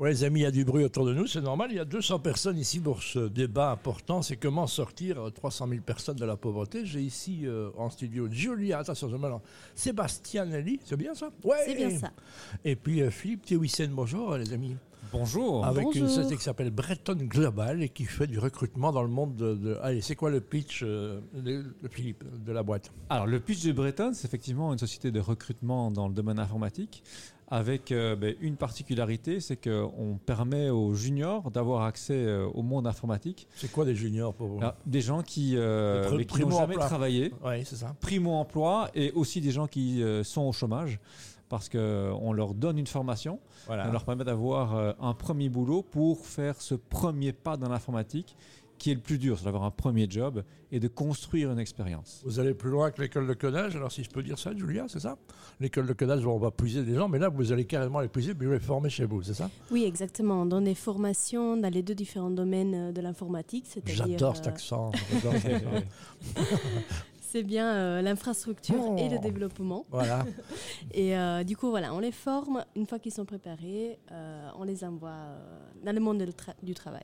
Ouais, les amis, il y a du bruit autour de nous, c'est normal. Il y a 200 personnes ici pour ce débat important. C'est comment sortir euh, 300 000 personnes de la pauvreté. J'ai ici euh, en studio Julia, attention, je me lance, Sébastianelli, c'est bien ça Ouais C'est bien ça. Et puis euh, Philippe Tewissen, bonjour euh, les amis. Bonjour. Avec une Bonjour. société qui s'appelle Breton Global et qui fait du recrutement dans le monde de. de- Allez, c'est quoi le pitch, euh, de- de Philippe, de la boîte Alors, le pitch de Breton, c'est effectivement une société de recrutement dans le domaine informatique avec euh, ben, une particularité, c'est qu'on permet aux juniors d'avoir accès euh, au monde informatique. C'est quoi des juniors pour vous Alors, des gens qui, euh, Des pr- mais qui n'ont jamais primo-emploi. travaillé, Oui, c'est ça. primo-emploi et aussi des gens qui euh, sont au chômage parce qu'on leur donne une formation Voilà. On leur permet d'avoir euh, un premier boulot pour faire ce premier pas dans l'informatique qui est le plus dur, c'est d'avoir un premier job et de construire une expérience. Vous allez plus loin que l'école de codage, alors si je peux dire ça, Julia, c'est ça L'école de codage, on va puiser des gens, mais là, vous allez carrément les puiser, puis vous les former chez vous, c'est ça Oui, exactement. On donne des formations dans les deux différents domaines euh, de l'informatique, c'est-à-dire J'adore cet euh, accent. j'adore cet accent. c'est bien euh, l'infrastructure Oh. et le développement. voilà. Et euh, du coup, voilà, on les forme. Une fois qu'ils sont préparés, euh, on les envoie euh, dans le monde de le tra- du travail.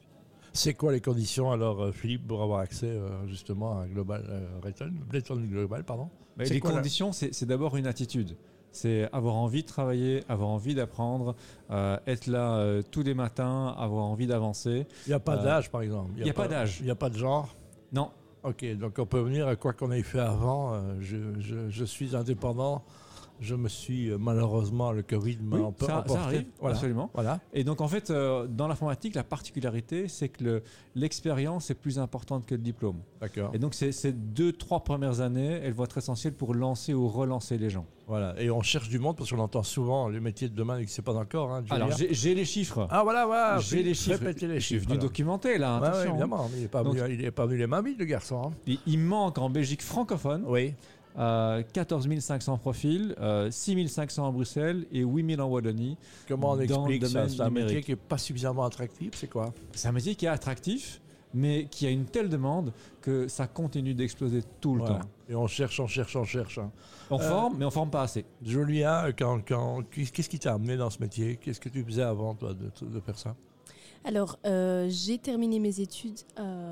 C'est quoi les conditions, alors, euh, Philippe, pour avoir accès, euh, justement, à Global euh, Breton, Breton Global, pardon Mais C'est les quoi la- conditions, c'est c'est d'abord une attitude. C'est avoir envie de travailler, avoir envie d'apprendre, euh, être là euh, tous les matins, avoir envie d'avancer. Il n'y a pas Euh, d'âge, par exemple. il y a pas d'âge. Il n'y a pas de genre. Non, Ok, donc on peut venir, quoi qu'on ait fait avant, euh, je, je- je suis indépendant, je me suis, euh, malheureusement, le Covid m'a oui, un peu ça, ça emporté. arrive, Voilà. absolument. Voilà. Et donc en fait, euh, dans l'informatique, la particularité, c'est que le- l'expérience est plus importante que le diplôme. D'accord. Et donc ces, ces deux, trois premières années, elles vont être essentielles pour lancer ou relancer les gens. Voilà. Et on cherche du monde parce qu'on entend souvent les métiers de demain et que c'est pas encore. Hein, Julien. Alors j'ai j'ai les chiffres. ah voilà, voilà. j'ai les chiffres. Répétez les Je suis chiffres. venu alors. documenter là, Ouais, ouais, attention. évidemment, il n'est pas, Donc- venu- il est pas venu les mains vides, le garçon. hein. Il- Il manque en Belgique francophone Oui. euh, 14 500 profils, euh, 6 500 à Bruxelles et 8 000 en Wallonie. Comment on Dans explique le ça domaine C'est un métier numérique. qui est pas suffisamment attractif, c'est quoi C'est un métier qui est attractif, mais qui a une telle demande que ça continue d'exploser tout le Voilà. temps. Et on cherche, on cherche, on cherche. hein. On Euh, forme, mais on forme pas assez. Julien, quand, quand, qu'est-ce qu'est-ce qui t'a amené dans ce métier Qu'est-ce que tu faisais avant, toi, de, de faire ça Alors, euh, j'ai terminé mes études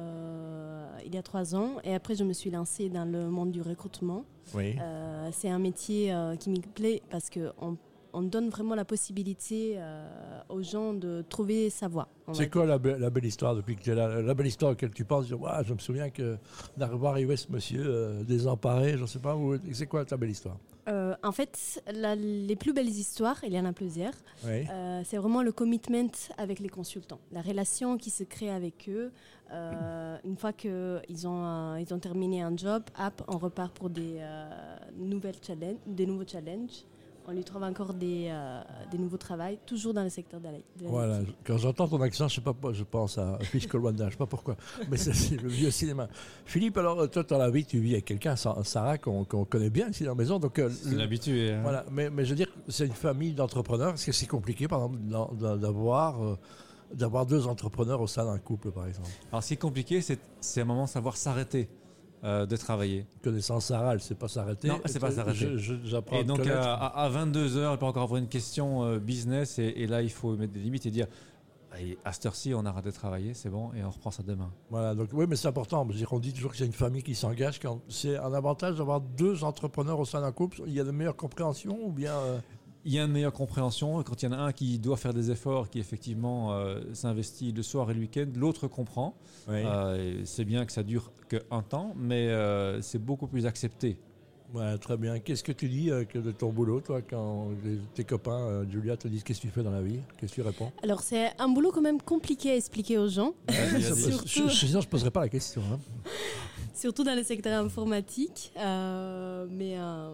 euh, il y a trois ans et après, je me suis lancée dans le monde du recrutement. Oui. Euh, c'est un métier euh, qui me plaît parce qu'on on donne vraiment la possibilité euh, aux gens de trouver sa voie. on va C'est quoi la, be- la belle histoire depuis que tu es là La belle histoire auquel tu penses dire, Ouah, Je me souviens que d'arriver à ce monsieur euh, désemparé, je ne sais pas, où- c'est quoi ta belle histoire Euh, en fait, la- les plus belles histoires, il y en a plusieurs, Oui. euh, c'est vraiment le commitment avec les consultants, la relation qui se crée avec eux. Euh, une fois qu'ils ont, euh, ils ont terminé un job, hop, on repart pour des, euh, nouvelles challenges, des nouveaux challenges. On lui trouve encore des, euh, des nouveaux travails, toujours dans le secteur de la, de la Voilà, je- quand j'entends ton accent, je sais pas, pourquoi je pense à Fish Colwanda, je sais pas pourquoi, mais ça, c'est le vieux cinéma. Philippe, alors euh, toi dans la vie, tu vis avec quelqu'un, Sa- Sarah, qu'on qu'on connaît bien ici dans la maison, donc euh, le- habitué. voilà. Mais, mais je veux dire, c'est une famille d'entrepreneurs. Est-ce que c'est compliqué, par exemple, d'en- d'en- d'avoir euh, d'avoir deux entrepreneurs au sein d'un couple, par exemple Alors ce qui est compliqué, c'est c'est à un moment savoir s'arrêter euh, de travailler. Connaissant Sarah, elle sait pas s'arrêter. Non, elle sait pas Je- s'arrêter. je- je- J'apprends. à Et te donc connaître. à, à- à 22 heures, il peut encore avoir une question euh, business et, et là il faut mettre des limites et dire Allez, à cette heure-ci on arrête de travailler, c'est bon et on reprend ça demain. Voilà, donc oui, mais c'est important. Je veux dire, on dit toujours que c'est une famille qui s'engage. quand- C'est un avantage d'avoir deux entrepreneurs au sein d'un couple. Il y a de meilleures compréhensions ou bien euh, Il y a une meilleure compréhension quand il y en a un qui doit faire des efforts, qui effectivement euh, s'investit le soir et le week-end, l'autre comprend. Euh, et c'est bien que ça dure que un temps, mais euh, c'est beaucoup plus accepté. Ouais, très bien. Qu'est-ce que tu dis euh, que de ton boulot, toi, quand les- tes copains, euh, Julia, te disent qu'est-ce que tu fais dans la vie Qu'est-ce que tu réponds vie. Alors, c'est un boulot quand même compliqué à expliquer aux gens. Euh, Ça, vas-y. parce- je- je- Sinon, je ne poserai pas la question. hein. surtout dans le secteur informatique. euh, mais euh,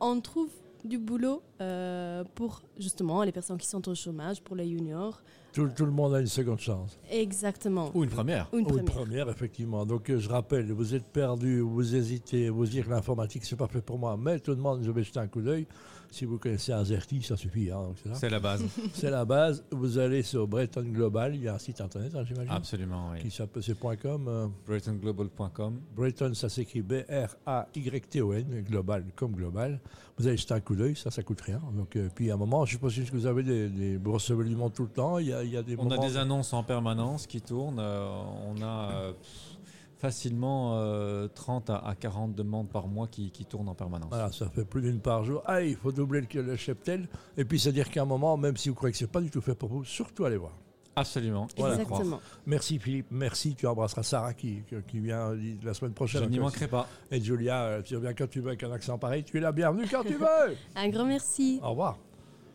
on trouve du boulot euh, pour justement les personnes qui sont au chômage, pour les juniors. Tout, tout le monde a une seconde chance. Exactement. Ou une première. Ou Une Ou première. effectivement. Donc, euh, je rappelle, vous êtes perdu, vous hésitez, vous dire que l'informatique, c'est pas fait pour moi, mais tout le monde, je vais jeter un coup d'œil. Si vous connaissez Azerty, ça suffit. hein, donc c'est ça. Ah. C'est la base. C'est la base. Vous allez sur Breton Global. Il y a un site internet, hein, j'imagine. Ah, Absolument, Qui oui. s'appelle c'est point .com. euh, BrightonGlobal.com. Breton, ça s'écrit B-R-A-Y-T-O-N, global comme global. Vous allez jeter un coup d'œil, ça, ça coûte rien. Donc, euh, puis à un moment, je suppose que vous avez des, des vous recevez du monde tout le temps. Il y a, il y a des On a moments- des annonces en permanence qui tournent. euh, on a euh, pff, facilement euh, 30 à, à 40 demandes par mois qui, qui tournent en permanence. Voilà, ça fait plus d'une par jour. Ah, il faut doubler le, le cheptel. Et puis, c'est-à-dire qu'à un moment, même si vous croyez que c'est pas du tout fait pour vous, surtout allez voir. Absolument. il faut le croire. Exactement. Merci Philippe, merci. Tu embrasseras Sarah qui, qui- qui vient euh, la semaine Je prochaine. n'y manquerai pas. Et Julia, euh, tu reviens quand tu veux avec un accent pareil. Tu es la bienvenue quand tu veux. Un grand merci. Au revoir.